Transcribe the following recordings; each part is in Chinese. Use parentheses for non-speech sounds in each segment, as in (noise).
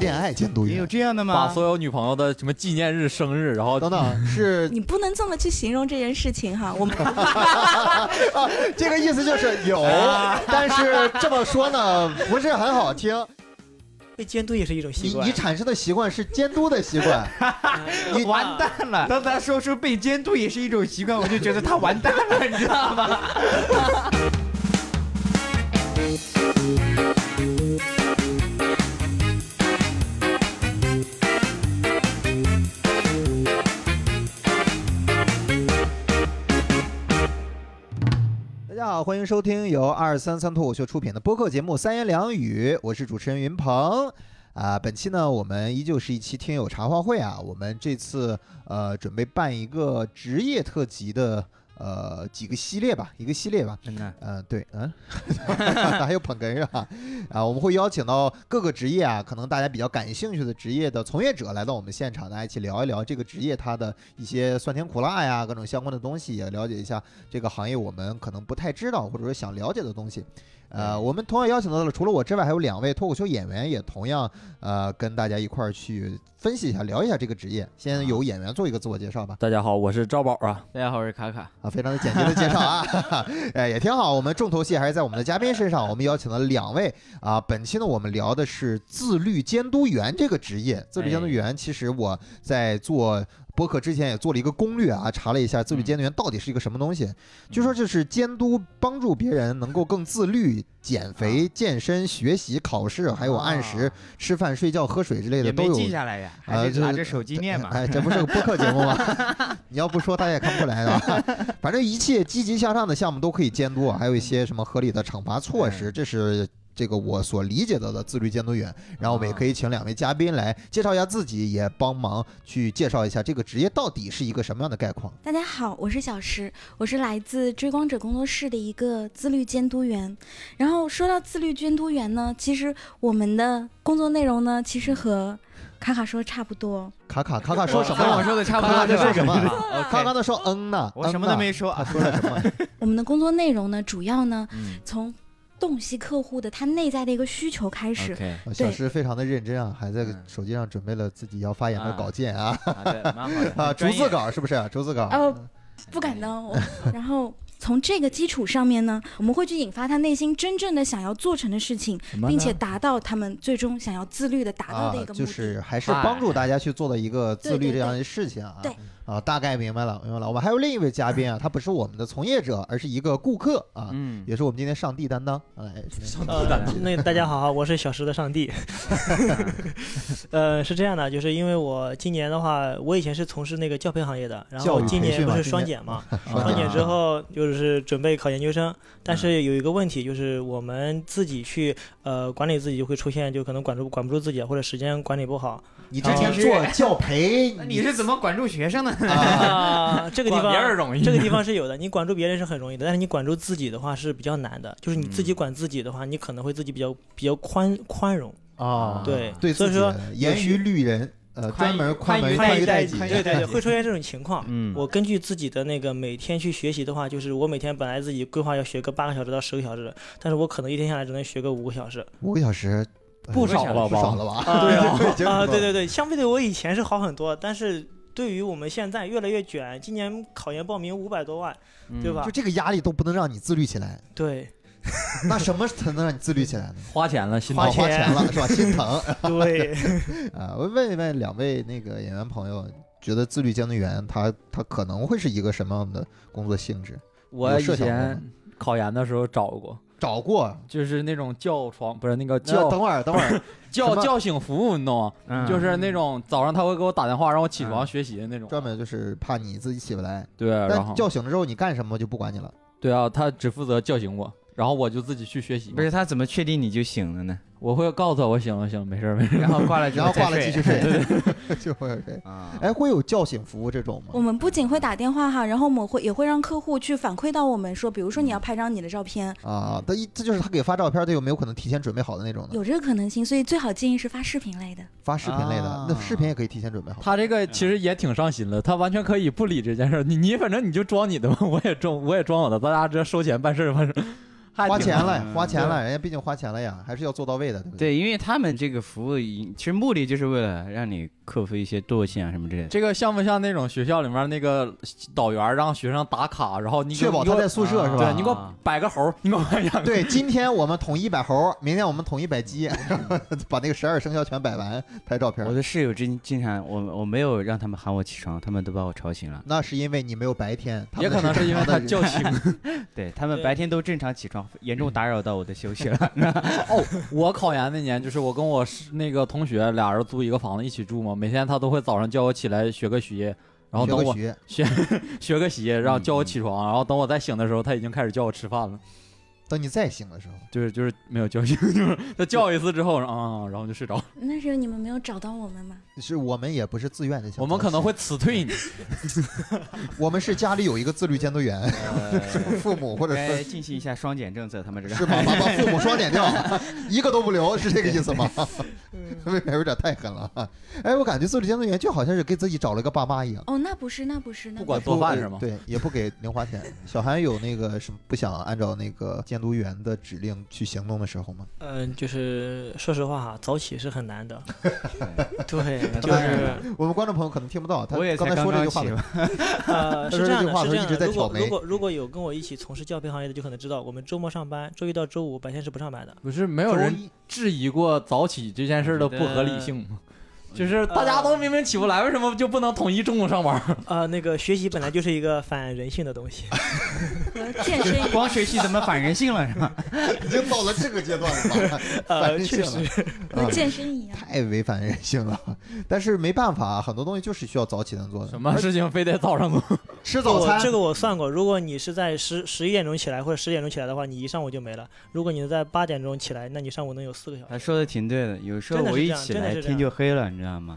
恋爱监督也有员。这样的把吗？所有女朋友的什么纪念日、生日，然后等 (laughs) 等，是你不能这么去形容这件事情嗯哈。我们啊，这个意 (laughs) 思就是有，啊但是这么说呢不是很好听。被监督也是一种习你惯。你产生的习惯是监督的习惯，你完蛋了！当他说出被监督也是一种习惯，我就觉得他完蛋了，你知 (laughs) 道吗？大家好，欢迎收听由二三三脱口秀出品的播客节目《三言两语》，我是主持人云鹏。啊，本期呢，我们依旧是一期听友茶话会啊。我们这次呃，准备办一个职业特辑的呃几个系列吧，一个系列吧。真的，嗯、对，嗯， (laughs) 还有捧哏是吧？啊，我们会邀请到各个职业啊，可能大家比较感兴趣的职业的从业者来到我们现场，大家一起聊一聊这个职业它的一些酸甜苦辣呀，各种相关的东西，也了解一下这个行业我们可能不太知道或者说想了解的东西。呃，我们同样邀请到了除了我之外，还有两位脱口秀演员，也同样呃跟大家一块儿去分析一下、聊一下这个职业。先由演员做一个自我介绍吧。大家好，我是赵宝啊，大家好，我是卡卡。啊，非常的简洁的介绍啊， (laughs) 哈哈，哎，也挺好。我们重头戏还是在我们的嘉宾身上，我们邀请了两位啊。本期呢，我们聊的是自律监督员这个职业。自律哎监督员，其实我在做播客之前也做了一个攻略啊，查了一下自嗯律监督员到底是一个什么东西。据说这是监督帮助别人能够更自律、减啊肥、健身、学习、考试，还有按时吃饭、睡觉、喝水之类也的都没有记下来呀，啊还这是拿着手机念嘛。哎，这不是个播客节目吗？ (laughs) 你要不说大家也看不出来的。 (laughs) 反正一切积极向上的项目都可以监督，啊还有一些什么合理的惩罚措施，嗯这是。这个我所理解到的自律监督员，然后我啊们也可以请两位嘉宾来介绍一下自己，也帮忙去介绍一下这个职业到底是一个什么样的概况。大家好，我是小石，我是来自追光者工作室的一个自律监督员。然后说到自律监督员呢，其实我们的工作内容呢，其实和卡卡说差不多。卡哎卡卡卡说什么跟我了？说的差不卡卡多在就说是什么？卡 (laughs) 刚卡在说嗯呢，哎我什么都嗯呐。没说啊他，说了什么？ (laughs) 我们的工作内容呢，主要呢嗯从洞悉客户的他内在的一个需求开嗯 (laughs) 始。，OK，啊小石非常的认真啊，还在嗯手机上准备了自己要发言的啊稿件 (laughs) 啊啊，对，蛮好的。啊，逐很专业字稿是不是？逐字稿。哦不敢当 (laughs) 我。然后从这个基础上面呢，我们会去引发他内心真正的想要做成的事情，并且达到他们最终想要自律的达到的一个目的。啊就是还哎是帮助大家去做的一个自律这样的事情啊。对对啊，大概明白了，明白了。我们还有另一位嘉宾啊，他不是我们的从业者，而是一个顾客啊，嗯，也是我们今天上帝担当。哎，上呃那个大家好，我是小石的上帝。 (laughs) 呃，是这样的，就是因为我今年的话，我以前是从事那个教培行业的，然 (laughs) 教后育今培训年不嘛是今双年啊 (laughs) 减嘛，双双减减啊之后就是准备考研究生，但嗯是有一个问题就是我们自己去呃管理自己就会出现，就可能管住管不住自己，或者时间管理不好你之前做教 (laughs) 培，那你是怎么管住学生的？啊，啊。这个地管别方人容易，这个地方是有的，你管住别人是很容易的，但是你管住自己的话是比较难的。就是你自嗯己管自己的话，你可能会自己比较比较宽宽容，啊对对所自以己说严于律人，呃，宽专门于宽门宽于于待待己，己对对对，会出现这种情况。 (laughs) 嗯，我根据自己的那个每天去学习的话，就是我每天本来自己规划要学个八个小时到十个小时的，但是我可能一天下来只能学个五个小时。五个小 (laughs) 时不少了吧不少了吧？(laughs) 啊对啊啊啊，对对对，相比对我以前是好很多，但是对于我们现在越来越卷，今年考研报名五百多万，对吧就？这个压力都不能让你自律起来， (laughs) 对那什么才能让你自律起来呢？花钱了，心花疼钱钱了是吧？心疼。对， (laughs) 啊，我问一问两位那个演员朋友，觉得自律监督员他他可能会是一个什么样的工作性质？我以有设想前吗考研的时候找过，找过，就是那种叫床，不是那个那叫等会儿等会 (laughs) 儿什叫么叫醒服务，你懂吗？嗯就是那种早上他会给我打电话让我起床嗯学习的那种。专门就是怕你自己起不来，对，啊然但后叫醒了之后你干什么就不管你了。对啊，他只负责叫醒我，然后我就自己去学习不。是他怎么确定你就醒了呢？我会告诉他我行了行，没事儿没事儿。然后挂了之然后后挂再了继睡续 (laughs) 睡， (laughs) 就会有谁？啊，哎，会有叫醒服务这种我吗？们不仅会打电话哈，然后我们会也会让客户去反馈到我们说，比如说你要拍张你的照片，啊，他一这就是他给发照片，他有没有可能提前准备好的那种呢？嗯有这个可能性，所以最好建议是发视频类的。发视频类的啊，那视频也可以提前准备好。他这个其实也挺上心了，他完全可以 (laughs) 不理这件事儿，你你反正你就装你的吧，我也装我也装我的，咱俩直接收钱办事儿，反正 (laughs) 还花挺钱好了呀，嗯花钱了，人家毕竟花钱了呀，还是要做到位的，对不对？对，因为他们这个服务已其实目的就是为了让你克服一些惰性啊什么之类的。这个像不像那种学校里面那个导员让学生打卡，然后你给确保你给他我在宿舍是吧？对你给我摆个猴儿，你给我摆 (laughs) 两个。对，今天我们统一摆猴，明天我们统一摆鸡， (laughs) 把那个十二生肖全摆完，拍照片我。的室友经经常我我没有让他们喊我起床，他们都把我吵醒了。那是因为你没有白天，他也们可能是因为他正叫常的人醒。对他们对白天都正常起床，严重打扰到我的休息了。 (laughs) 哦，我 (laughs) 考研那年就是我跟我是那个同学俩人租一个房子一起住嘛，每天他都会早上叫我起来学个习，然学后等个我学，学个习，然后嗯叫我起床，然后等我再醒的时候，他已经开始叫我吃饭了，等你再醒的时候，就是就是没有叫醒，就是他叫我一次之后，啊、然后就睡着。那时候你们没有找到我们吗？是我们也不是自愿的，我们可能，会辞退你， (laughs) 我们是家里有一个自律监督员， (laughs) 父母或者是该进行一下双减政策，他们这是个。吧？把把父母双减掉， (laughs) 一个都不留，是这个意思吗？ (laughs) 未免有点太狠了啊。哎，我感觉自律监督员就好像是给自己找了个爸妈一样，哦，那不是，那不是，那不不管 (laughs) 是做饭是吗？对，也不给零花钱。小韩有那个什么不想按照那个监督员的指令去行动的时候吗？嗯，就是说实话哈，早起是很 (laughs) 难的。对，就当是然我们观众朋友可能听不到，他我也才刚才说这句话刚刚起的，(laughs) 他呃，是说这这样句的，话是的时候这样一直的。在如挑果眉如果如果有跟我一起从事教培行业的，就可能知道，我们周末上班，周一到周五白天是不上班的。 (laughs) 不是没有人周一质疑过早起这件事儿的不合理性吗？ (laughs) 就是大家都明明起不来，为什么就不能统一中午上班？呃，那个学习本来就是一个反人性的 (laughs) 东西。健身 (laughs) 光学习怎么反人性了是 (laughs) 吧？已经到了这个阶段了吧， (laughs) 反呃，人性确了实，啊嗯和健身一样。。太违反人性了。但是没办法，啊很多东西就是需要早起能做的。 (laughs) 什么事情非得早上 (laughs) 做？吃早我餐？这个我算过，如果你是在十十一点钟起来或者十点钟起来的话，你一上午就没了；如果你在八点钟起来，那你上午能有四个小时他。说的挺对的，有时候真的是我一这样起真的来是这天样就黑了，你知道吗？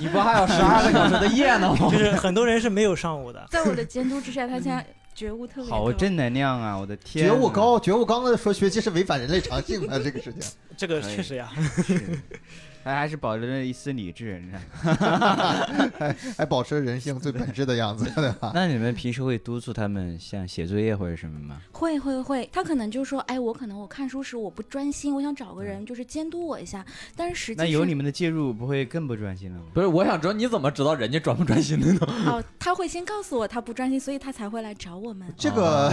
你不还有十二个小时的夜呢吗？就是很多人是没有上午 (laughs) 的在我的监督之下，他现在觉悟特嗯别好高。正能量啊！我的天，觉悟，高，觉悟刚刚说学习是违反人类常性的这个事情。这个可以确实呀，他还是保留了一丝理智，你知道吗。还保持人性最本质的样子，对吧？那你们平时会督促他们像写作业或者什么吗？会会会，他可能就说，哎，我可能我看书时我不专心，我想找个人就是监督我一下。但是实际嗯那有哎是你们的介入，不会更不专心了吗？ (laughs) 不是，我想知道你怎么知道人家专不专心的呢？ (laughs) 哦，他会先告诉我他不专心，所以他才会来找我们。这个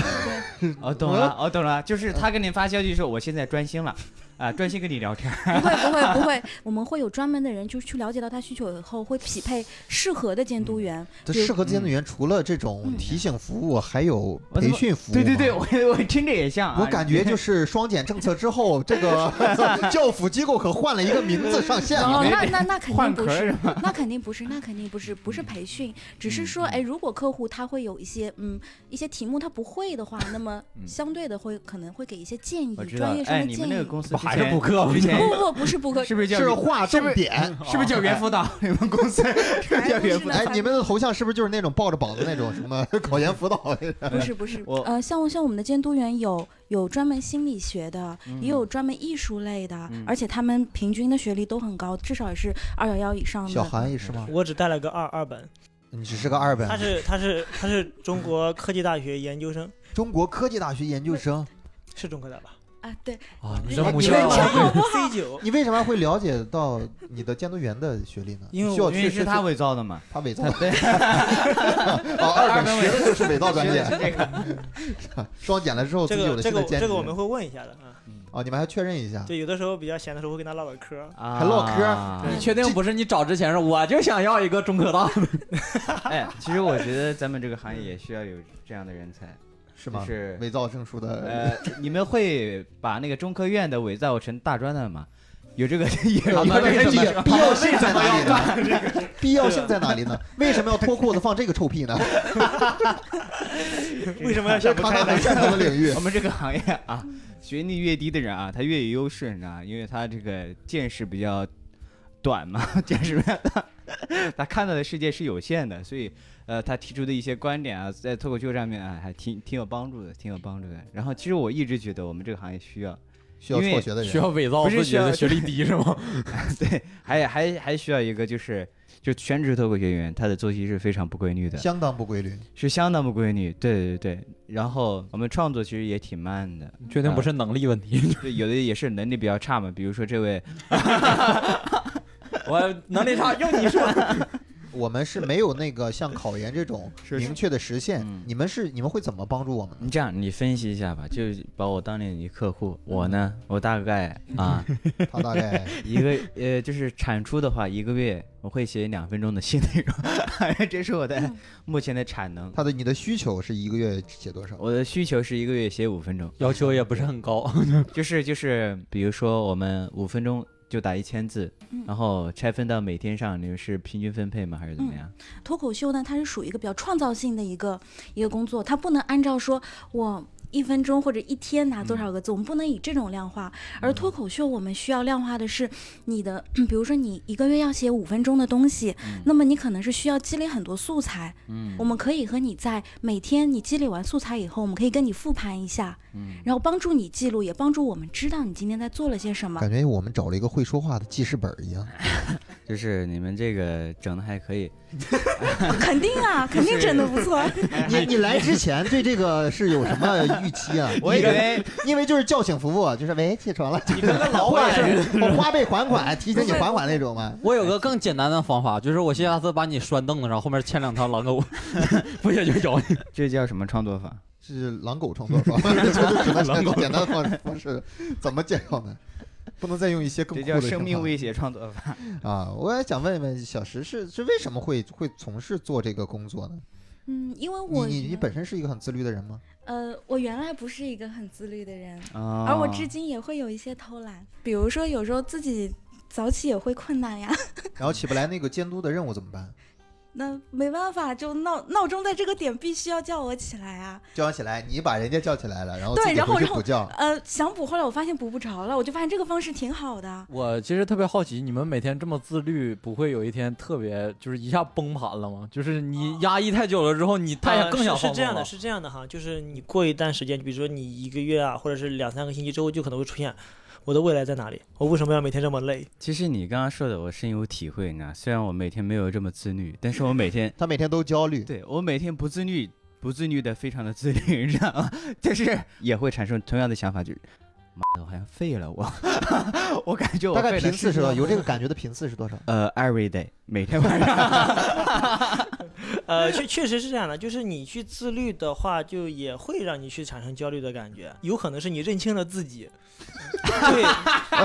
嗯哦，懂了，哦，懂了，就是他给你发消息说我现在专心了，啊，专心跟你聊天。不会不会不会，我们会有专门的人，就是去了解到他需求以后，会匹配适合的监督员。这嗯适合监督员除了这种嗯提醒服务，还有我怎培么训服务。对对对，。我我听着也像啊。我感觉就是双减政策之后，这 (laughs) 个教辅机构可换了一个名字上线然后了。哦那那那肯换定壳不儿是是，那肯定不是，那肯定不是，嗯不是培训，只是说，哎，如果客户他会有一些嗯一些题目他不会的话，那么嗯相对的会可能会给一些建议我，知道专业，上哎，的你们建那个议。公司不之还是前补课吗之前不不不是不 (laughs) 会，是不是叫啊是云划重点， (laughs) (laughs) 是不嗯是叫猿辅导？你们公司是不是叫猿辅导？哎，你们的头像是不是就是那种抱着膀子那种什么 (laughs) 考研辅导？不是不是我，呃，像像我们的监督员有有专门心理学的，也有专门艺术类的，而且他们平均的学历都很高，至少也是二幺幺以上的。小韩也是吗？我只带了个二二本，你只是个二他本。是他是他是中国科技大学研究生，中国科技大学研究生，是中科大 (laughs) 吧啊，对，啊，你你这这母母校校啊啊， ？C 九，你为什么会了解到你的监督员的学历呢？因为需要因为去是去他伪造 (laughs) 的嘛。他伪造 (laughs) 他的。对，哦，二本学的就是伪造专学业的。是这个。双减了之后，自这己有个了这新的个兼这职个我们会问一下的啊。哦，你们还确认一下。对，有的时候比较闲的时候会跟他唠个嗑儿。还还唠嗑儿对你确定不是你找之前说我就想要一个中科大的？哎，其实我觉得咱们这个行业也需要有这样的人才，是就吗？是伪造证书的，呃，你们会把那个中科院的伪造成大专的吗？有这个 (laughs) (laughs) 有啊那有为这什个理么由必要性在哪里呢？ (laughs) 必要性在哪里呢？为什么要脱裤子放这个臭屁呢？ (laughs) 为什么这要想是不他开很呢？擅长的领域 (laughs) 我。们这个行业啊，学历越低的人啊，他越有优势，你知道吗？因为他这个见识比较短嘛， (laughs) 见识比较短，他看到的世界是有限的，所以呃，他提出的一些观点啊，在脱口秀上面啊，还挺挺有帮助的，挺有帮助的。然后，其实我一直觉得我们这个行业需要需要因为辍学的需人，要伪造不是自需己要的学历低是吗？ (laughs) (laughs) 对，还还还需要一个就是。就全职脱口秀演员，他的作息是非常不规律的，相当不规律。是相当不规律。对对对，然后我们创作其实也挺慢的，确定不是能力问题，对，有的也是能力比较差嘛。比如说这位， (laughs) 我能力差，用你说。我们是没有那个像考研这种是是明确的实现嗯，你们是你们会怎么帮助我们呢？你这样你分析一下吧，就把我当成你客户，我呢，我大概啊，他大概一个呃，就是产出的话，一个月我会写两分钟的新内容， (laughs) 这是我的目前的产能。他的你的需求是一个月写多少？我的需求是一个月写五分钟， (laughs) 要求也不是很高，就是就是，比如说我们五分钟就打一千字，然后拆分到每天上，你们是平均分配吗？还是怎么样？脱口秀呢，它是属于一个比较创造性的一个一个工作，它不能按照说我一分钟或者一天拿嗯多少个字，我们不能以这种量化。而脱口秀我们需要量化的是你的，嗯比如说你一个月要写五分钟的东西，嗯那么你可能是需要积累很多素材。嗯我们可以和你在每天你积累完素材以后，我们可以跟你复盘一下，嗯然后帮助你记录，也帮助我们知道你今天在做了些什么。感觉我们找了一个会说话的记事本儿一样。就是你们这个整的还可以，肯定 (laughs) 啊，肯定整的不错。你你来之前对这个是有什么预期啊？我以为因为就是叫醒服务，就是喂起床了，你跟个老或者外是我花呗还款，提醒你还款那种嘛。我有个更简单的方法，就是我下次把你拴凳子上，后面牵两条狼狗， (laughs) 不行就咬你。这叫什么创作法？是狼狗创作 (laughs) 法，这就只能是简单的方式方式，怎么介绍 (laughs) 呢？不能再用一些更这酷的叫生命方法威胁创作法。啊！我也想问问小石是是为什么会会从事做这个工作呢？嗯，因为你我你你原本身是一个很自律的人吗？呃，我原来不是一个很自律的人，啊而我至今也会有一些偷懒，比如说有时候自己早起也会困难呀， (laughs) 然后起不来那个监督的任务怎么办？那没办法，就闹闹钟在这个点必须要叫我起来啊。叫起来，你把人家叫起来了，然后对自己然后回去然后补觉。呃，想补，后来我发现补不着了，我就发现这个方式挺好的。我其实特别好奇，你们每天这么自律，不会有一天特别就是一下崩盘了吗？就是你压抑太久了之后，你太想呃更是想是放这纵样的，了。是这样的哈，就是你过一段时间，比如说你一个月啊，或者是两三个星期之后，就可能会出现我的未来在哪里？我为什么要每天这么累？其实你刚刚说的，我深有体会，你知道，虽然我每天没有这么自律，但是我每 (laughs) 天他每天都焦虑，对我每天不自律，不自律的非常的自律，你知道吗？就是 (laughs) 也会产生同样的想法，就是妈的，我好像废了 (laughs) 我，我感觉我大概废了频次是是多少？吧有这个感觉的频次是多少？呃，every day，每天晚上 (laughs) 呃，确确实是这样的，就是你去自律的话，就也会让你去产生焦虑的感觉，有可能是你认清了自己。 (laughs) 对，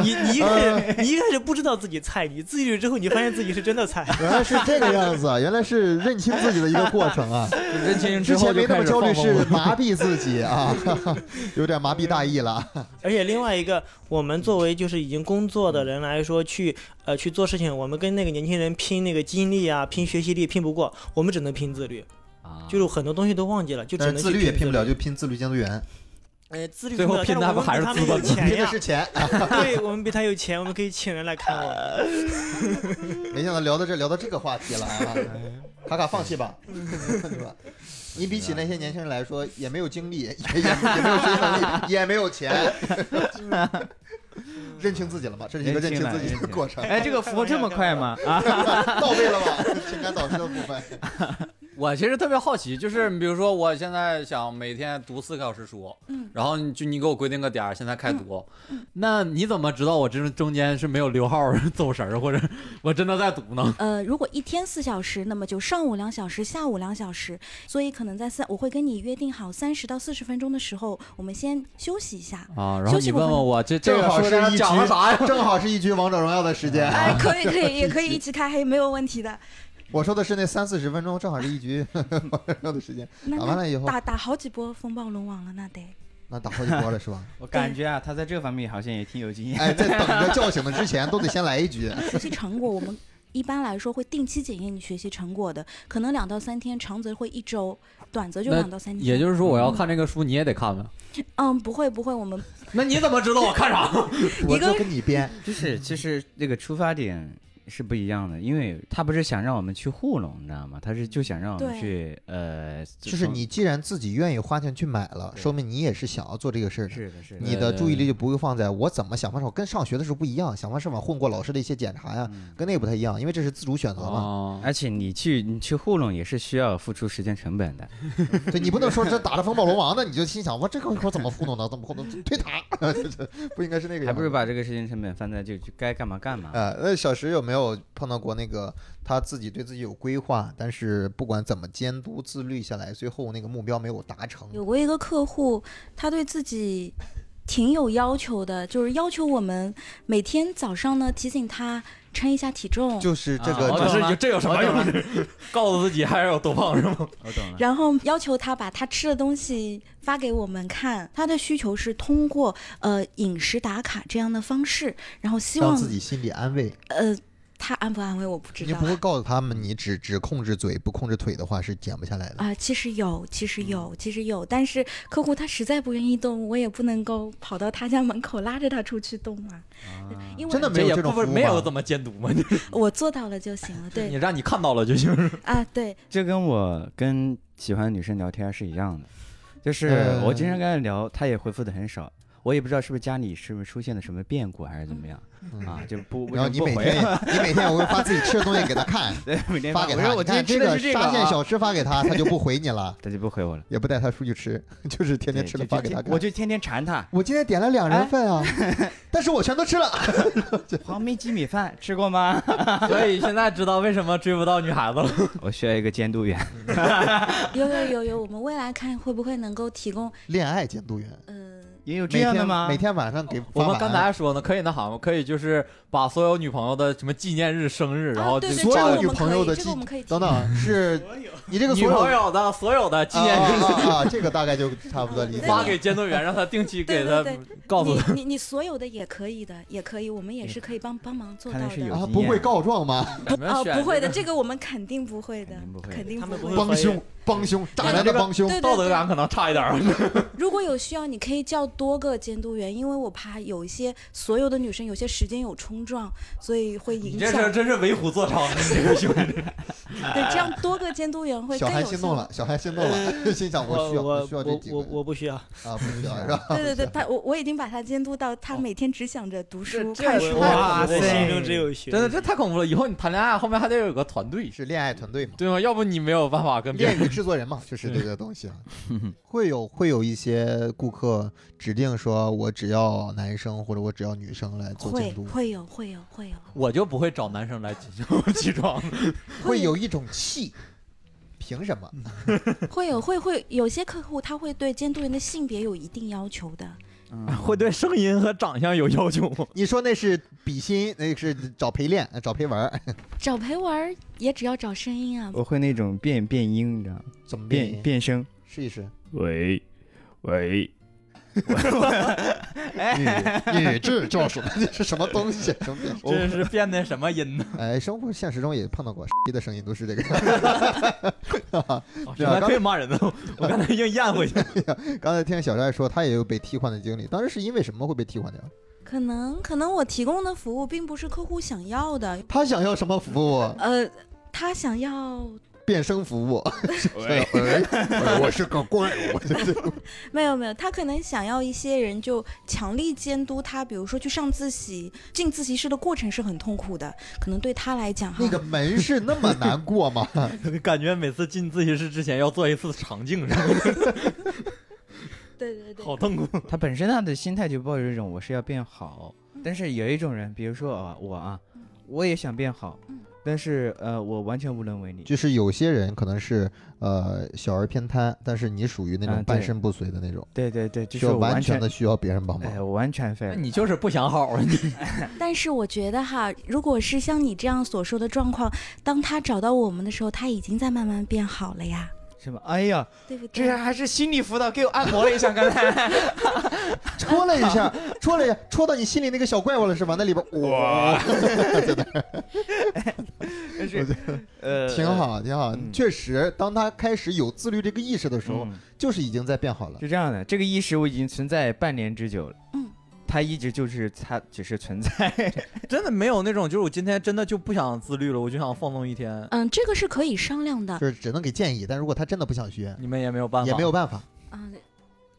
你你一开 (laughs) 始你一开始不知道自己菜，你自律之后，你发现自己是真的菜。 (laughs) 原来是这个样子，啊！原来是认清自己的一个过程啊！认 (laughs) 清之前后没那就开么始焦虑，放纵是了。 (laughs) 麻痹自己啊， (laughs) 有点麻痹大意了啊。而且另外一个，我们作为就是已经工作的人来说，去呃去做事情，我们跟那个年轻人拼那个精力啊，拼学习力拼不过，我们只能拼自律，啊就是很多东西都忘记了，就只但能是去自律也拼拼不了，就拼自律监督员，呃自律最拼不后了，拼但他我们还们比是他资们拼的本主有 (laughs) 钱哎呀是，钱。哎 (laughs) 对我们比他有钱，我们可以请人来看我们。没想到聊到这聊到这个话题了啊！卡卡放弃吧，对吧？你比起那些年轻人来说，也没有精力，也也也没有学习能力，也没有钱，认清自己了吗？这是一个认清自己的过程，哎，这个服务这么快吗？啊，到位了吧？情感导师的部分， (laughs) 我其实特别好奇，就是你比如说，我现在想每天读四个小时书，嗯然后你就你给我规定个点儿，现在开读，那你怎么知道我这中间是没有溜号儿、 (laughs) 走神儿，或者我真的在读呢？呃，如果一天四小时，那么就上午两小时，下午两小时，所以可能在三，我会跟你约定好三十到四十分钟的时候，我们先休息一 (laughs) 下。啊，然后你问问我这这正个好是说的一讲了局啥呀？正好是一局王者荣耀的时间。哎，可以可以，也可以一起开黑，没有问题的。我说的是那三四十分钟，正好是一局 (laughs) 王者荣耀的时间。那打完了以后，打打好几波风暴龙王了，那得。那打好几波了是吧？ (laughs) 我感觉啊，他在这方面好像也挺有经 (laughs) 验。哎，在等着叫醒的之前，都得先来一 (laughs) 局。学习成果，我们一般来说会定期检验你学习成果的，可能两到三天，长则会一周，短则就那两到三天。也就是说，我要看这个书，你也得看呗。嗯，不会不会，我们那你怎么知道我看啥？我一个嗯就跟你编，就是其实那个出发点是不一样的，因为他不是想让我们去糊弄，你知道吗？他是就想让我们对去呃，就是从你既然自己愿意花钱去买了，对说明你也是想要做这个事儿的。是的是的，你的注意力就不会放在我怎么想方设法，跟上学的时候不一样，想方设法混过老师的一些检查呀，嗯跟那不太一样，因为这是自主选择嘛。哦，而且你去你去糊弄也是需要付出时间成本的，对你不能说这打着风暴龙王呢，你就心想我这个我怎么糊弄的，怎么糊弄推塔， (laughs) 就是不应该是那个样子。还不如把这个时间成本放在就就该干嘛干嘛。啊呃，那小石有没有碰到过那个他自己对自己有规划，但是不管怎么监督自律下来，最后那个目标没有达成？有过一个客户，他对自己挺有要求的，就是要求我们每天早上呢提醒他称一下体重，就是哎这啊个，我就懂是了这有什么用？ (laughs) 告诉自己还是有多胖是吗？我懂了。然后要求他把他吃的东西发给我们看。他的需求是通过呃饮食打卡这样的方式，然后希让望自己心里安慰。呃他安不安慰我不知你道不。会告诉他们，你只只控制嘴不控制腿的话是减不下来的。啊、其实有，其实有，其实有，但是客户他实在不愿意动，我也不能够跑到他家门口拉着他出去动嘛，因为真的没这有也这种不服务是吗没有怎么监督嘛，你我做到了就行了。你对让你看到了就行。啊，对，这跟我跟喜欢的女生聊天是一样的，就是呃我经常跟她聊，她也回复的很少，我也不知道是不是家里是不是出现了什么变故还是怎么样、嗯啊，就不然后为你什么每不回天也，你每天也会发自己吃的东西给他看， (laughs) 对每天发给我他。说我你今看天吃的个是这个沙县啊，小吃发给他，他就不回你了，她就不回我了，也不带他出去吃，就是天天对吃了就发给就他看。我就天天 (laughs) 馋她，我今天点了两人份 (laughs) 啊，但是我全都吃了。黄焖鸡米饭吃过吗？ (laughs) (laughs) 所以现在知道为什么追不到女孩子了。我需要一个监督员，有有有有，我们未来看会不会能够提供恋爱监督员，呃也有每这样的天吗？每天晚上给发我们晚刚安才说呢，可以那好，可以就是把所有女朋友的什么纪念日、生日，然啊后就对对所这个有我女们朋可友以的这纪个我们可以提等等，是你这个所女有朋友的所有的纪念啊日啊啊啊，这个大概就差不多理解了。发给监督员，让他定期给对他对对告诉他。你你你所有的也可以的，也可以，我们也是可以帮帮忙做看到来是有的。啊，经不验会告状吗？你们哦，选不会的，这这个我们肯定不会的肯定不会，的肯定他们不会不会的。帮凶，帮凶，渣男的帮 (laughs) 凶。对道德对对，感可能差一点儿。如果有需要，你可以叫多个监督员，因为我怕有一些所有的女生有些时间有冲撞，所以会你影这响。是真是为虎作 (laughs) 伥，你这个行为。对，这样多个监督员 (laughs) 会小更韩有心动效了，小韩心动了， (laughs) 心呃想我需要，我需要这我几个我人我不 (laughs) 需要，啊，不需要是吧？对对对，他我我已经把他监督到他每天只想着读书、这看这书。我我我塞心中只有学。真的，这太恐怖了！以后你谈恋爱后面还得有个团队，是恋爱团队嘛？对吗？要不你没有办法跟别恋人。与制作人嘛，就是这个东 (laughs) 西啊。会有会有一些顾客指定说，我只要男生或者我只要女生来做会监督，会有会有会有我就不会找男生来起起床，会有一种气，凭什么？会有会会有些客户他会对监督员的性别有一定要求的，嗯 (laughs) 会对声音和长相有要求吗？你说那是比心，那是找陪练，找陪玩儿，找陪玩儿也只要找声音哦啊。我会那种变变音，你知道吗？怎么变变音？变声，试一试。喂喂，女女制教授， (laughs) 这是什么东西？什么变音？这是变的什么音 (laughs) 呢？哎，生活现实中也碰到过，逼的声音都是这个。对原啊来刚可以骂 (laughs) 人的，我刚才已经咽 (laughs) 回去了。 (laughs) 刚才听小帅说，他也有被替换的经历，当时是因为什么会被替换掉？可能可能我提供的服务并不是客户想要的，他想要什么服务？呃，他想要变声服务。喂喂， (laughs) 我是个怪物。没有没有，他可能想要一些人就强力监督他，比如说去上自习，进自习室的过程是很痛苦的，可能对他来讲哈那，个门是那么难过吗？ (laughs) 感觉每次进自习室之前要做一次肠镜，是吧 (laughs) 对对对，好痛苦。他本身他的心态就抱着一种我是要变好，但是有一种人，比如说啊我啊，我也想变好，但是呃我完全无能为力。就是有些人可能是呃小儿偏瘫，但是你属于那种嗯对半身不遂的那种，对对对，就需是要我完全全的，需要别人帮忙哎，。我完全废了。你就是不想好啊！你但是我觉得哈，如果是像你这样所说的状况，当他找到我们的时候，他已经在慢慢变好了呀，什么？哎呀，对不对这？啊还是心理辅导给我按摩了一下，刚才 (laughs) 戳了一下，戳了一下，戳到你心里那个小怪物了是吧？那里边哇，但是呃挺，好，挺好。嗯确实，当他开始有自律这个意识的时候，嗯就是已经在变好了。是这样的，这个意识我已经存在半年之久了。嗯，它一直就是它只是存在。 (laughs) 真的没有那种，就是我今天真的就不想自律了，我就想放纵一天，嗯，这个是可以商量的。就是只能给建议，但如果他真的不想学，你们也没有办法，也没有办法。啊，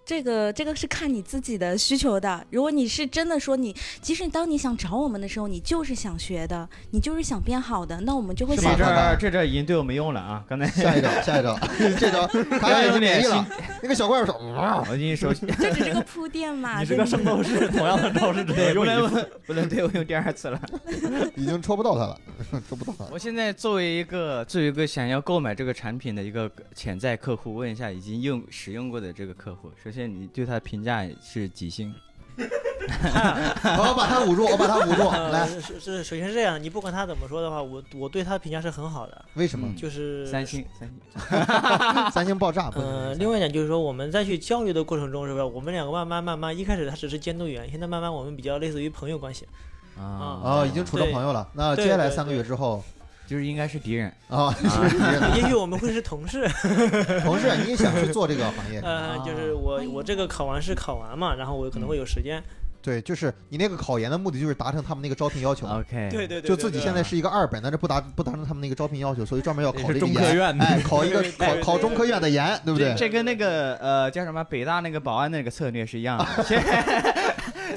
这个这个是看你自己的需求的。如果你是真的说你，即使当你想找我们的时候，你就是想学的，你就是想变好的，那我们就会是想吧这这阵儿儿这阵引对我没用了啊！刚才 (laughs) 下一招，下一招，这招卡卡已经免疫了。那个小怪兽， (laughs) 我跟你说，这只是个铺垫嘛。你是啊个对不圣对斗士，同样的招式只能不用一能不能对我用第二次了。已经戳不到他了， (laughs) 戳不到他了。我现在作为一个作为一个想要购买这个产品的一个潜在客户，问一下已经用使用过的这个客户，首先你对他评价是几星？好，我把他捂住，我把他捂住。来，呃，是是，首先是这样，你不管他怎么说的话，我我对他的评价是很好的，为什么嗯呃就是三星，三星。三星爆炸？不呃，能另外一点就是说，我们在去交流的过程中，是吧？我们两个慢慢慢慢，一开始他只是监督员，现在慢慢我们比较类似于朋 (laughs) 友关系。啊哦，已经处成朋友了。那接下来三个月之后就是应该是敌人。啊，是也许我们会是同事， (laughs) 同事，你也想去做这个行业？呃，就是我我这个考完试考完嘛，然后我可嗯能会有时间。对，就是你那个考研的目的就是达成他们那个招聘要求。啊 OK，对对对，哎就自己对现在是一个二本，但是不达不达成他们那个招聘要求，所以专门要考这是个中科研，院的，哎，考一 (laughs) 个对对考对考中科院的研，对不对这？这跟那个呃叫什么北大那个保安那个策略是一样 (laughs) 的，先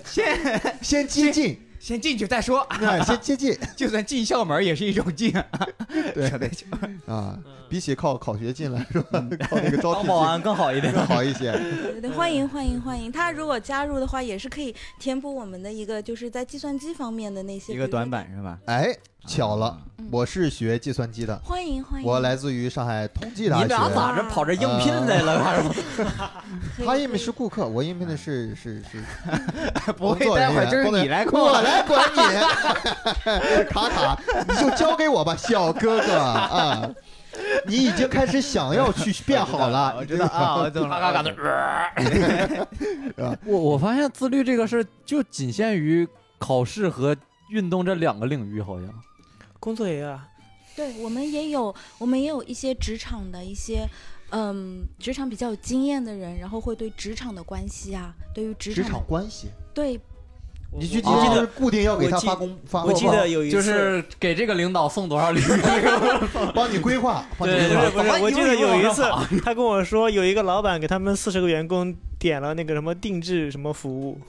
先接近，先进去再说， (laughs) 哎，先接 (laughs) 近就算进校门也是一种进。 (laughs) 对扯淡扯淡啊嗯，比起靠考学进来是吧？靠那个招嗯当聘保进安更好一点。更好一些。 (laughs) 对对，欢迎欢迎欢迎！他如果加入的话，也是可以填补我们的一个就是在计算机方面的那些一比如个说短。板是 (laughs) 吧？哎，巧了，嗯我是学计算机的，欢迎欢迎！我来自于上海同济哎你大学。俩咋着跑这应聘来了？可以他可应聘以是顾客，我应聘哎的是是是，啊， (laughs) 不工会，作人待员会儿就是你来过我了。来管你，卡卡，你就交给我吧，小哥哥啊。你已经开始想要去变好了，我知 (laughs) 道啊，我懂了。嘎嘎的 (laughs) 我我发现自律这个事儿就仅限于考试和运动这两个领域，好像工作也要啊，对我们也有，我们也有一些职场的一些，嗯，职场比较有经验的人，然后会对职场的关系啊，对于职职场场关系，对我你去我记就得是固定要给他我记发工发我记得有一次，就是给这个领导送多少礼 (laughs) 物，帮你规划，帮你对规不划是不是好吧，我一记步得一步往有一上次他跟我说，有一个老板给他们四十个员工点了那个什么定制什么服务，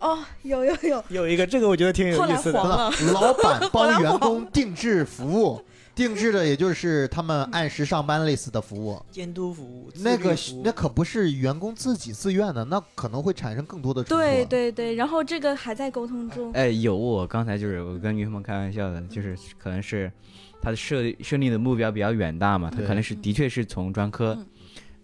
哦，有有有，有一个这个我觉得挺有后意来思真的。黄了，的，老板帮员工定制服务，定制的也就是他们按时上班类似的服务。监督服务，自那律个服务那可不是员工自己自愿的，那可能会产生更多的冲突啊对对对，然后这个还在沟通中，哎，有我刚才就是我跟女朋友开玩笑的，就是可能是他的设设定的目标比较远大嘛，他对可能是的确是从专科嗯，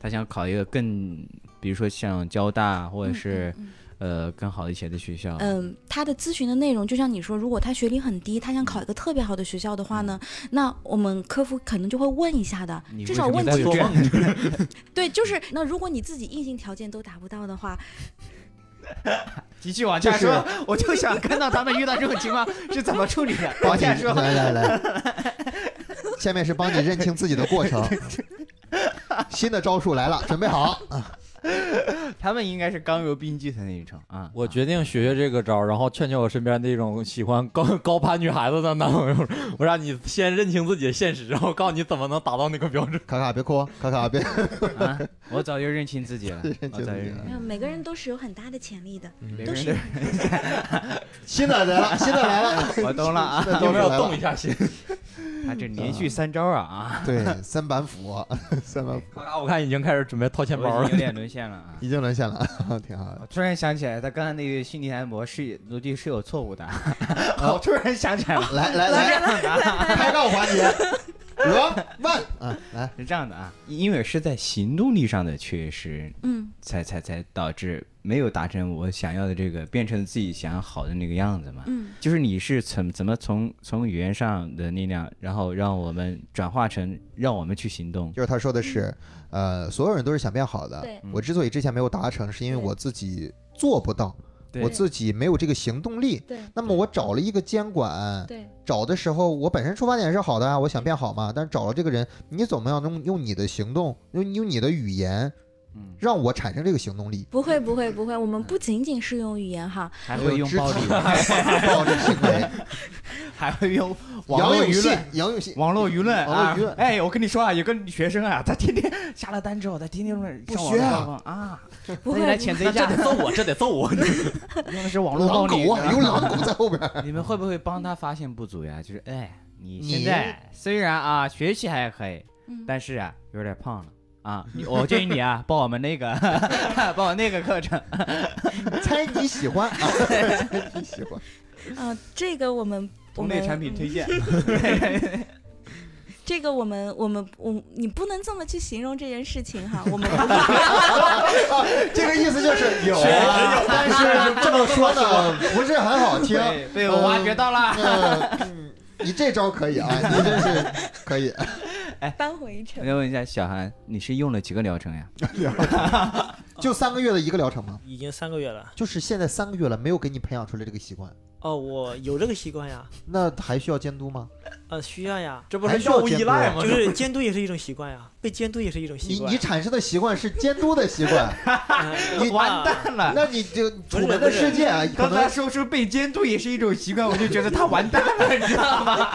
他想考一个更，比如说像交大啊或者是嗯。嗯嗯呃更好一些的学校。嗯，他的咨询的内容就像你说，如果他学历很低，他想考一个特别好的学校的话呢，那我们客服可能就会问一下的你，至为少什么问在清做楚。梦？对，就是那如果你自己硬性条件都达不到的话，继续往下就是说，我就想看到他们遇到这种情况是怎么处理 (laughs) 的。帮往你下说，来来来，下面是帮你认清自己的过程。新的招数来了，准备好。他们应该是刚柔并济的那一种啊。 (laughs) 我决定学学这个招儿，然后劝劝我身边那种喜欢高 (laughs) 高攀女孩子的男朋友， (laughs) 我让你先认清自己的现实，然后告诉你怎么能达到那个标准。卡卡别哭，卡卡别。啊，我早就认清自己了认，清我早就自己 (laughs) 认了清嗯每个人都是有很大的潜力的，每个都人是都新的来了，新的来了，我懂了啊，新的招数有没来有了动一下心？ (laughs) 他这连续三招啊啊，对，三板斧，三板斧咔咔我看已经开始准备掏钱包我已了经有。点沦陷了啊。已经沦陷了，挺好的。 (laughs) 我突然想起来，他刚才那个心理按摩是逻辑是有错误的，我突然想起来了，来来来，拍照环节，罗万啊，来，是这样的啊，因为是在行动力上的缺失，嗯，才才才导致没有达成我想要的这个，变成自己想要好的那个样子嘛。嗯，就是你是怎怎么从从语言上的力量，然后让我们转化成让我们去行动。就是他说的是，呃，所有人都是想变好的。对，我之所以之前没有达成，是因为我自己做不到，对我自己没有这个行动力。对那么我找了一个监管，对，找的时候，我本身出发点是好的啊，我想变好嘛，但是找了这个人，你怎么样用用你的行动，用用你的语言嗯，让我产生这个行动力，不会不会不会，我们不仅仅是用语言哈，还会用肢暴力体，， (laughs) 暴力行为，还会用 (laughs) 网杨络永舆信论。，杨永信网络舆论 (laughs) 啊网络舆！论哎，我跟你说啊，有个学生啊，他天天下了单之后，他天天不上网学络啊上网啊， (laughs) 不那你来会谴责那一这 (laughs) 下得， (laughs) 揍我，这得揍我！用的是网络暴狼力狗啊，有狼狗在后边儿，你们会不会帮他发现不足呀？就是哎，你你现在虽然啊学习还可以，嗯但是啊有点胖了啊， (laughs) 你我建议你啊报我们那个 (laughs) 报我那个课程。猜你喜欢啊，猜你喜欢，啊、这个我们我们 (laughs) 荐，这个我们我们我你不能这么去形容这件事情哈， (laughs) 我们啊这个意思就是有啊，但是 (laughs) 这么说呢不是很好听，被被我挖掘呃到了。嗯，你这招可以啊，你这是可以。扳回一城。我想问一下小韩，你是用了几个疗程呀？就三个月的一个疗程吗？已经三个月了。就是现在三个月了，没有给你培养出来这个习惯，哦，我有这个习惯呀，那还需要监督吗？呃，需要呀，这不还是需要药物依监督赖啊吗？就这是监督也是一种习惯呀，被监督也是一种习你惯。你产生的习惯是监督的习惯，呃你哇完蛋了！那你就楚不是门的不是世界啊，可刚才能说出被监督也是一种习惯，我就觉得他完蛋了，你知道吗？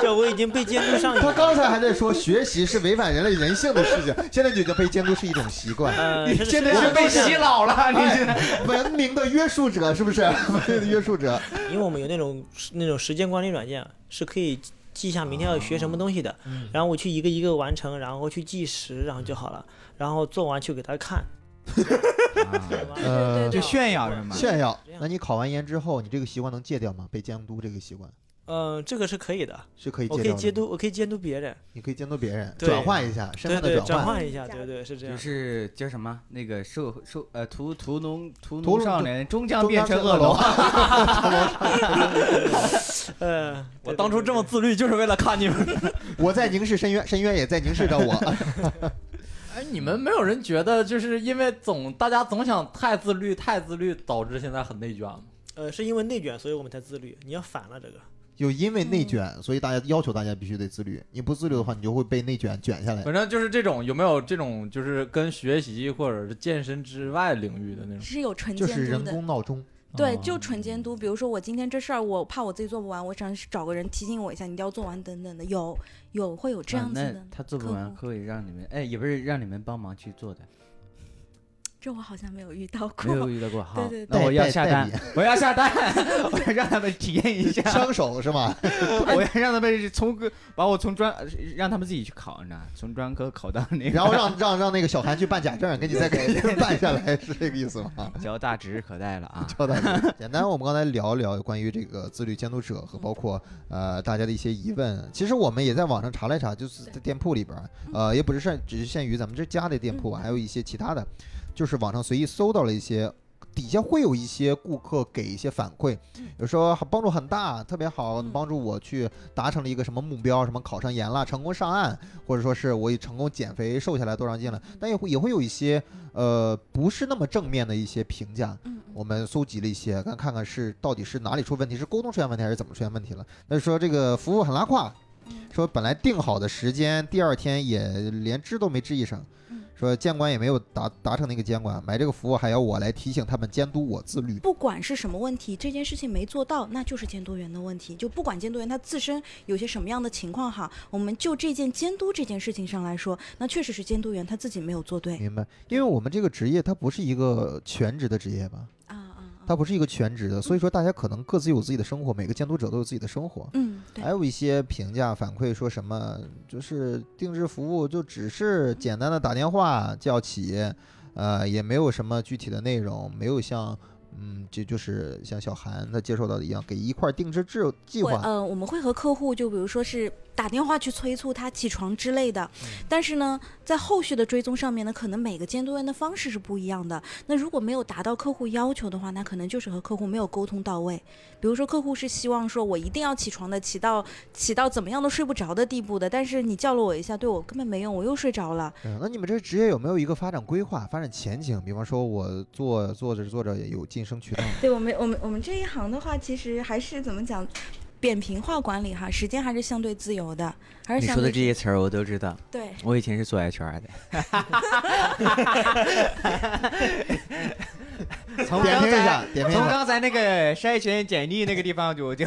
对，我已经被监督上瘾他了。刚才还在说学习是违反人类人性的事情，现在就觉得被监督是一种习 (laughs) 惯。呃，你是真的是被洗脑了，你现在。哎文明的约束者是不 (laughs) 是？文明的约束者，因为我们有那种那种时间管理软件，是可以记下明天要学什么东西哦的，然后我去一个一个完成，然后去计时，然后就好了，然后做完去给他看，对吧？呃，就炫耀是吗？炫耀。那你考完研之后，你这个习惯能戒掉吗？被监督这个习惯嗯、这个是可以的，是可以我戒可以掉的监吗。督，我可以监督别人，你可以监督别人，对转换一下身对份对的，转换。换一下，对对是这就样。是叫什么？那个受受呃屠屠农屠屠农龙少中年终将中变 (laughs) 央成变恶恶龙龙。呃，对我当初这么，自律，就是为了看你们。 (laughs) 我在凝视深渊，深渊也在凝视着我。哎，你们没有人觉得，就是因为总大家总想太自律，太自律，导致现在很内卷吗？对呃，是因为内卷，所以我们才自律。你要反了这个，就因为内卷，所以大家要求大家必须得自律。你不自律的话，你就会被内卷卷下来。反正就是这种，有没有这种就是跟学习或者是健身之外领域 (laughs) 的那种？是有纯就监是督人的，工闹钟，嗯对，哦就纯监督。比如说我今天这事儿，我怕我自己做不完，我想找个人提醒我一下，你一定要做完等等的。有有会有这样子啊的，那他做不客完，户可以让你们哎，也不是让你们帮忙去做的，这我好像没有遇到没过。有遇到过。好，对对那我代要代下代单理，我要下单，我要让他们体验一下， (laughs) 枪手是吗？我要让他们从个把我从专让他们自己去考，你知道吗，从专科考到那个，然后让让让那个小韩去办假证，给你再给办下来，是这个意思吗？交大指日可待了啊！交代过简单，我们刚才聊一聊关于这个自律监督者和包括呃大家的一些疑问。其实我们也在网上查了一查，就是在店铺里边儿，呃，也不是限，只是限于咱们这家的店铺，啊还有一些其他的，就是网上随意搜到了一些。底下会有一些顾客给一些反馈，有说帮助很大，特别好，嗯帮助我去达成了一个什么目标，什么考上研了，成功上岸，或者说是我也成功减肥，瘦下来多少斤了。但也会也会有一些呃不是那么正面的一些评价，嗯，嗯我们搜集了一些，看看看是到底是哪里出问题，是沟通出现问题还是怎么出现问题了？那说这个服务很拉胯，嗯说本来定好的时间，第二天也连知都没知一声嗯，说监管也没有达达成那个监管，买这个服务还要我来提醒他们监督我自律。不管是什么问题，这件事情没做到，那就是监督员的问题。就不管监督员他自身有些什么样的情况哈，我们就这件监督这件事情上来说，那确实是监督员他自己没有做嗯对。明白，因为我们这个职业它不是一个全职的职业吧，啊啊啊！它不是一个全职的，所以说大家可能各自有自己的生活，每个监督者都有自己的生活。嗯，对还，有一些评价反馈说什么，就是定制服务就只是简单的打电话叫起，呃，也没有什么具体的内容，没有像，嗯，这就是像小韩他接受到的一样，给一块定制制计会划，呃，嗯我们会和客户就比如说是打电话去催促他起床之类的，嗯但是呢，在后续的追踪上面呢，可能每个监督员的方式是不一样的。那如果没有达到客户要求的话，那可能就是和客户没有沟通到位。比如说，客户是希望说我一定要起床的，起到起到怎么样都睡不着的地步的，但是你叫了我一下，对我根本没用，我又睡着了。嗯，那你们这职业有没有一个发展规划、发展前景？比方说，我做做着做着也有晋升渠道，对我们我们我们这一行的话，其实还是怎么讲？扁平化管理哈，时间还是相对自由的，还是你相说对的这些词儿我都知道，对我以前是做 HR 的。从点刚评一才下，点评一从下。刚才那个筛选简历那个地方就 (laughs) 就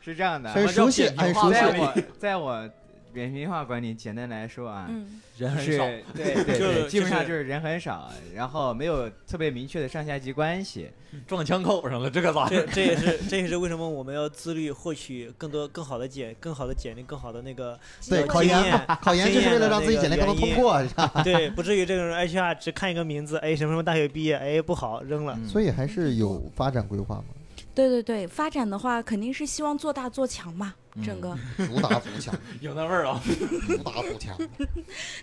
是这样的，很熟悉，很熟悉我叫扁平化管在理。我在我扁平化管理，简单来说啊，嗯人就是很少，对对就对，是基本上就就是人很少，然后没有特别明确的上下级关系。撞枪口上了，这个咋？ (laughs) 这这也是这也是为什么我们要自律，获取更多更好的简更好的简历，更好的那个 (laughs) 对，呃考经研验，考研就是为了让自己经简历验的更那个能通过，是吧对，不至于这种 HR 只看一个名字，哎，什么什么大学毕业，哎，不好扔了。所以还是有发展规划嘛，对对对，发展的话肯定是希望做大做强嘛，嗯整个主打扶强，有那味儿啊！主打扶强。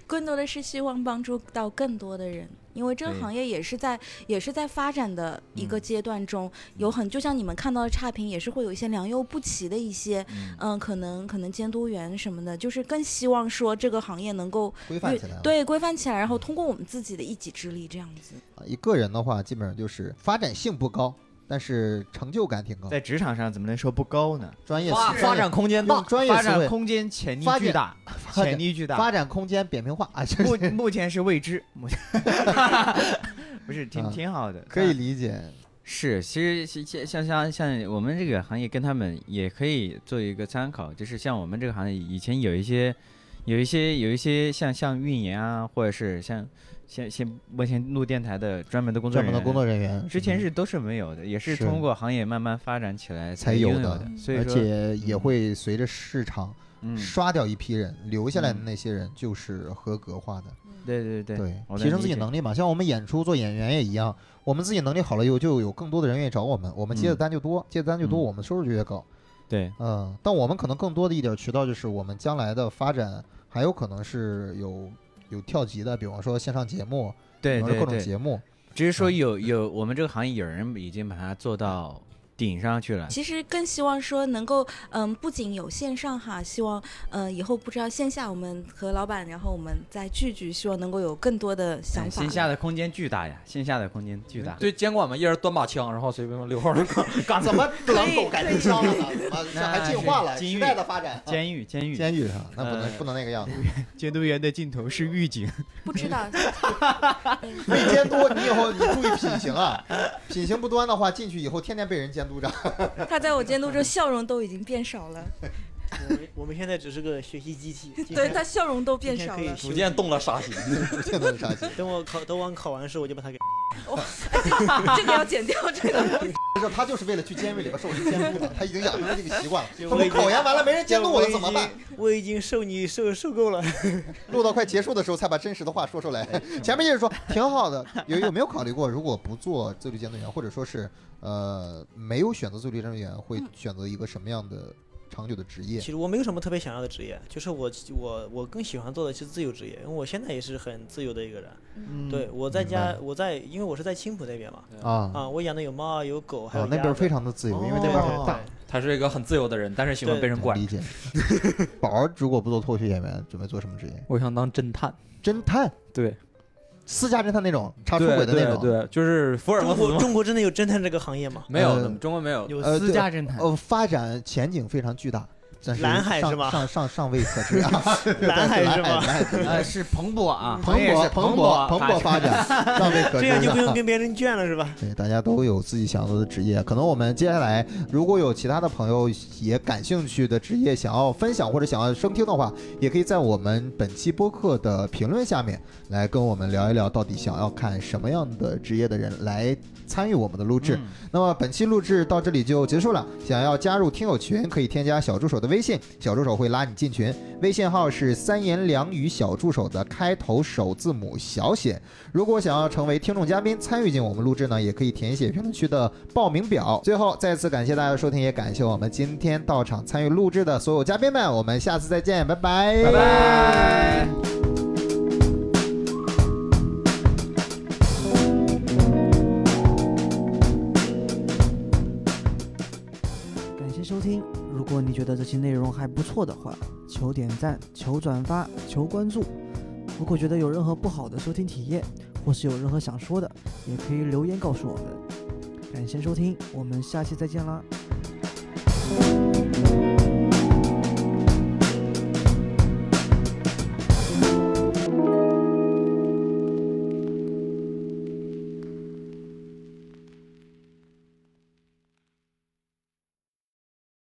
更多的是希望帮助到更多的人，因为这个对行业也是在也是在发展的一嗯个阶段中，有很就像你们看到的差评，也是会有一些良莠不齐的一些，嗯、可能可能监督员什么的，就是更希望说这个行业能够 (laughs) 规范越起来了。对规范起来，然后通过我们自己的一己之力这样子。啊一个人的话，基本上就是发展性不高，但是成就感挺高。在职场上怎么能说不高呢？专业发思发展空间用大，专业发思展维，空间潜力发巨展大，发潜展力巨大。发展空间扁平化 (laughs) 啊， (laughs) 这目是目前是未知，(laughs) 目前不是挺啊挺好的，可以理解。是，其实是像像像像我们这个行业跟他们也可以做一个参考，就是像我们这个行业以前有一些有一些有一些像像运营啊，或者是像像像目前录电台的专门的工作专人门员，的工作人员之前是都是没有的，也是是通过行业慢慢发展起来才有有的所以而说，且也会随着市场嗯，刷掉一批人，留下来的嗯那些人就是合格化的，对对对，对，我提能升自理己解能力嘛。像我们演出做演员也一样，我们自己能力好了以后，就有更多的人愿意找我们，我们接的嗯单就多，接的单就多，嗯我们收入就越高。对嗯，但我们可能更多的一点渠道就是我们将来的发展还有可能是有有跳级的，比方说线上节目，比对方说对各种对，节 (laughs) 目，只是说有有我们这个行业有人已经把它做到顶上去了，其实更希望说能够，嗯，不仅有线上哈，希望，嗯，以后不知道线下我们和老板，然后我们再聚聚，希望能够有更多的想哎法。线下的空间巨大呀，线下的空间巨大。对监管嘛，一人端把枪，然后随便溜号儿，干怎 (laughs) 么狼狗改成商了呢？怎么这还进化了？那是时代的发展，啊监狱，监狱，监狱上那不能、呃不能那个样子，监督员的尽头是狱警。不知道，被监督，你以后你注意品行啊，品行不端的话，进去以后天天被人监督着。 (laughs) 他在我监督中笑容都已经变少了，我们我们现在只是个学习机器，今对天他笑容都变今天少可以了。休逐渐息动了杀心。这能啥心？等我考等我考完试，我就把它给。这个要剪掉，这个不是他就是为了去监狱里边受人监督的，他已经养成了这个习惯了。他我们已经考研完了没人监督我了怎么办？？我已经受你受受够了。录到快结束的时候才把真实的话说出来。哎前面一直说挺好的， (laughs) 有有没有考虑过，如果不做自律监督员，或者说是呃没有选择自律监督员，会选择一个什么样的长久的职业其？实我没有什么特别想要的职业，就是我我我更喜欢做的是自由职业，因为我现在也是很自由的一个人。对，我在嗯明白家，我在因为我是在青浦那边嘛，啊啊，我养的有猫啊，有狗，还有哦，鸭那边子非常的自由，因为那对边对很大对。， (laughs) 他是一个很自由的人，但是喜欢被人管理。解。宝儿如果不做脱口秀演员，准备做什么职业？我想当侦探，侦探，对，私家侦探那种查出对轨的那对种。对，就是福尔摩中斯国嘛中国真的有侦探这个行业吗？没有呃，中国没有。有呃私对家侦探，哦呃，发展前景非常巨大，但是蓝海上是吗上上上位可知啊！ (laughs) (laughs) 蓝海是吗蓝海可知呃，是彭博啊，蓬我也勃是蓬彭勃蓬发勃发展， (laughs) 上位可这追样就上不用跟别人卷了是吧？对，大家都有自己想做的职业，可能我们接下来如果有其他的朋友也感兴趣的职业想要分享或者想要收听的话，也可以在我们本期播客的评论下面来跟我们聊一聊，到底想要看什么样的职业的人来参与我们的录制。嗯那么本期录制到这里就结束了。想要加入听友群，可以添加小助手的微信，小助手会拉你进群。微信号是三言两语小助手的开头首字母小写。如果想要成为听众嘉宾，参与进我们录制呢，也可以填写评论区的报名表。最后，再次感谢大家的收听，也感谢我们今天到场参与录制的所有嘉宾们。我们下次再见，拜拜，拜拜。感谢收听。如果你觉得这期内容还不错的话，求点赞、求转发、求关注。如果觉得有任何不好的收听体验，或是有任何想说的，也可以留言告诉我们。感谢收听，我们下期再见啦！